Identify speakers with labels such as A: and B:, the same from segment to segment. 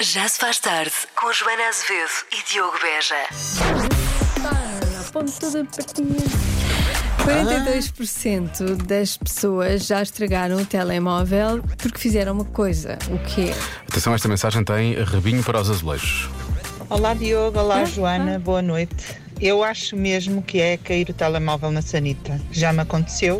A: Já se faz tarde com Joana Azevedo e Diogo Beja.
B: Ponto de partida. 42% das pessoas já estragaram o telemóvel porque fizeram uma coisa. O quê?
C: Atenção, esta mensagem tem rabinho para os azulejos.
D: Olá Diogo, olá Joana, boa noite. Eu acho mesmo que é cair o telemóvel na sanita. Já me aconteceu.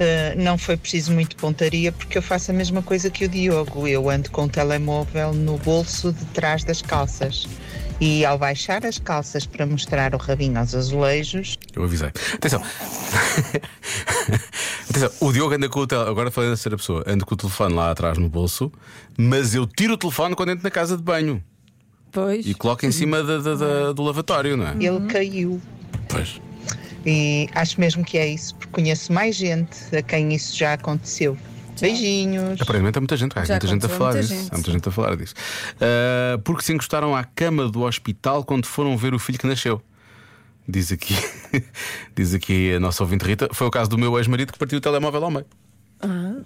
D: eh, não foi preciso muito pontaria porque eu faço a mesma coisa que o Diogo. Eu ando com o telemóvel no bolso de trás das calças. E ao baixar as calças para mostrar o rabinho aos azulejos,
C: Eu avisei. Atenção. Atenção, o Diogo anda com o telefone. Agora falei da terceira pessoa. Ando com o telefone lá atrás no bolso, mas eu tiro o telefone quando entro na casa de banho
B: Pois.
C: e coloco em cima da- da- da- do lavatório, não é?
D: ele caiu.
C: Pois.
D: E acho mesmo que é isso, porque conheço mais gente a quem isso já aconteceu. Beijinhos.
C: Aparentemente há muita gente, há
B: Já
C: muita gente a
B: aconteceu a
C: falar
B: muita
C: disso.
B: gente.
C: Há muita gente a falar disso. Ah, porque se encostaram à cama do hospital quando foram ver o filho que nasceu. Diz aqui, diz aqui a nossa ouvinte Rita, foi o caso do meu ex-marido que partiu o telemóvel ao meio.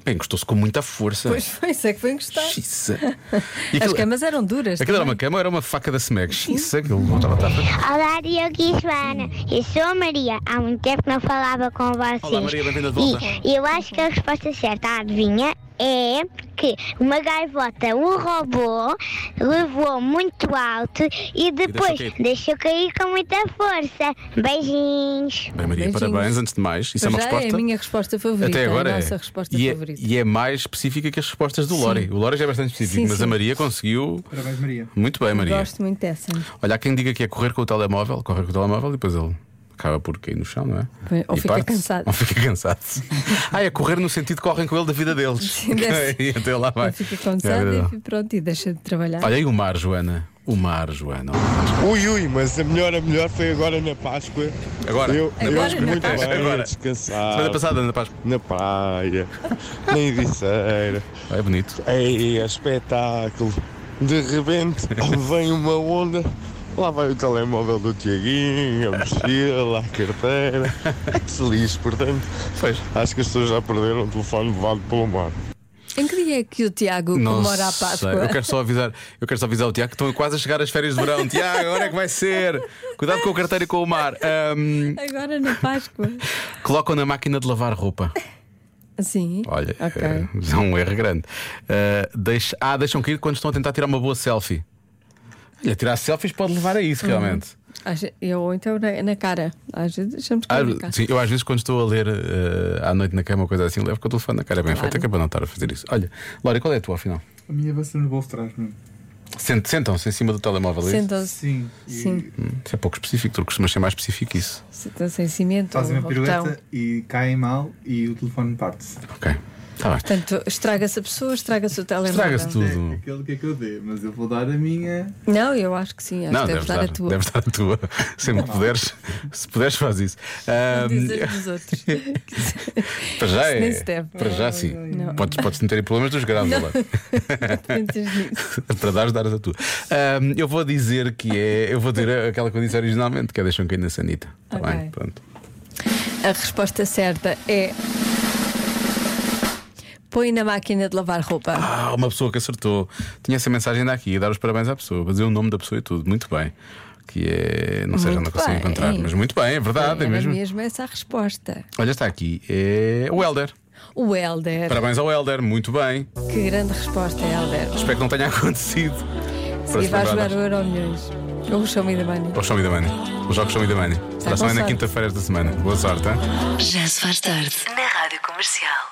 C: Bem, Encostou-se com muita força.
B: Ah. Pois foi, isso é que foi encostar.
C: Xissa. E
B: As
C: aquilo- é-
B: camas eram duras. é?
C: Aquilo era
B: também.
C: uma cama, era uma faca da SMEG. Xissa, aquilo voltava tarde.
E: Olá, Diogo e Joana. Eu sou a Maria. Há muito tempo não falava com vocês.
C: Olá, Maria, bem-vinda de volta.
E: E eu acho que a resposta certa à adivinha é que uma gaivota, um robô, levou muito alto e depois
C: cair.
E: deixou cair com muita força. Beijinhos.
C: Bem, Maria,
B: Beijinhos.
C: parabéns, antes de mais. Isso
B: Para
C: é uma
B: já
C: resposta.
B: é a minha resposta favorita.
C: Até agora
B: a nossa
C: é.
B: resposta
C: e, é
B: favorita.
C: e é mais específica que as respostas do Lori. O Lori já é bastante específico,
B: Sim,
C: mas
B: sim.
C: a Maria conseguiu. Parabéns, Maria. Muito bem, Maria.
B: Gosto muito dessa. então
C: Olha, há quem diga que é correr com o telemóvel, correr com o telemóvel e depois ele acaba por cair no chão, não é?
B: Pois, ou
C: E
B: fica
C: parte-se,
B: cansado.
C: Ou fica cansado. ah, é correr no sentido que correm com ele da vida deles.
B: Sim, deve-
C: e até lá vai.
B: Ele Fica
C: É a vida dele.
B: cansado e pronto, e deixa de trabalhar.
C: Olha aí o mar, Joana. O mar, Joana.
F: Ui, ui, mas a melhor, a melhor foi agora na Páscoa.
C: Agora,
F: Eu,
C: na
F: eu
B: Páscoa.
F: muito
C: Agora.
F: bem
C: Agora.
F: descansado.
C: Semana passada, Ana Paz.
F: Na praia, na Ericeira.
C: Ah, É bonito.
F: Ei, é espetáculo. De repente vem uma onda. Lá vai o telemóvel do Tiaguinho, a mochila, a carteira. Feliz, portanto.
C: Pois.
F: Acho que as pessoas já perderam o telefone levado pelo mar.
B: Em que dia é que o Tiago comemora a Páscoa?
C: sei. Eu quero só avisar, eu quero só avisar o Tiago que estão quase a chegar as férias de verão. Tiago, agora é que vai ser. Cuidado com o carteiro e com o mar. Ahm,
B: Agora na Páscoa.
C: colocam na máquina de lavar roupa.
B: Sim.
C: Olha,
B: Assim? Ok.
C: eh, é um erro grande. Ah, deixa- ah, deixam cair quando estão a tentar tirar uma boa selfie. Olha, tirar selfies pode levar a
B: Uhum.
C: isso, realmente.
B: Às- Eu ou então na, na cara. Às vezes deixamos cair na
C: Ah,
B: cara.
C: sim, eu às vezes quando estou a ler eh, à noite na cama ou coisa assim, levo com o telefone na cara. É bem feito, é que é para não estar a fazer isso. Olha, Laura, qual é a tua afinal?
G: A minha vai ser no bolso de trás mesmo.
C: Sent- Sentam-se em cima do telemóvel. é isso?
B: Sentam-se
G: Sim. E
B: Sim.
C: Hum, Isso é pouco específico, tu costumas ser mais específico que isso.
B: sentam sem cimento.
G: Fazem uma
B: ou botão.
G: pirueta e caem mal e o telefone parte-se.
C: Ok. Está bem.
B: Portanto, estraga-se a pessoa, estraga-se o telemóvel.
C: Estraga-se
G: É
C: tudo.
G: aquele que é que eu dei, mas eu vou dar a minha.
B: Não, eu acho que sim, acho
C: Não,
B: que deve
C: deves
B: estar
C: dar,
B: a tua.
C: deves dar a tua. Sempre que puderes, se puderes, faz isso. Ahm,
B: Dizer dos outros.
C: para já
B: isso nem
C: é.
B: se deve.
C: Para já sim.
B: Não.
C: Podes, podes não ter aí problemas dos graves, Laura.
B: Pensas nisso.
C: para dar, dares a tua. Ahm, eu vou dizer que é. Eu vou dizer aquela que eu disse originalmente, que é deixam cair na sanita. Está
B: Ok.
C: bem? Pronto.
B: A resposta certa é. Põe na máquina de lavar roupa.
C: Ah, uma pessoa que acertou. Tinha essa mensagem daqui, ia dar os parabéns à pessoa, vou dizer o nome da pessoa e tudo. Muito bem. Que é. Não sei, já
B: Muito
C: não consigo
B: bem.
C: encontrar, mas muito bem, é verdade, é,
B: Era
C: mesmo.
B: mesmo essa a resposta.
C: Olha, está aqui. É o Helder.
B: O Helder.
C: Parabéns ao Helder, muito bem.
B: Que grande resposta, Helder.
C: Espero que não tenha acontecido.
B: E vai jogar
C: lembrar nós.
B: o Euro Milhões. Ou o Show Me the Money.
C: Ao Show Me the Money. Os jogos Show Me the Money. Para a
B: com
C: semana,
B: sorte.
C: quinta-feira da semana. Boa sorte, hein?
A: Já se faz tarde na Rádio Comercial.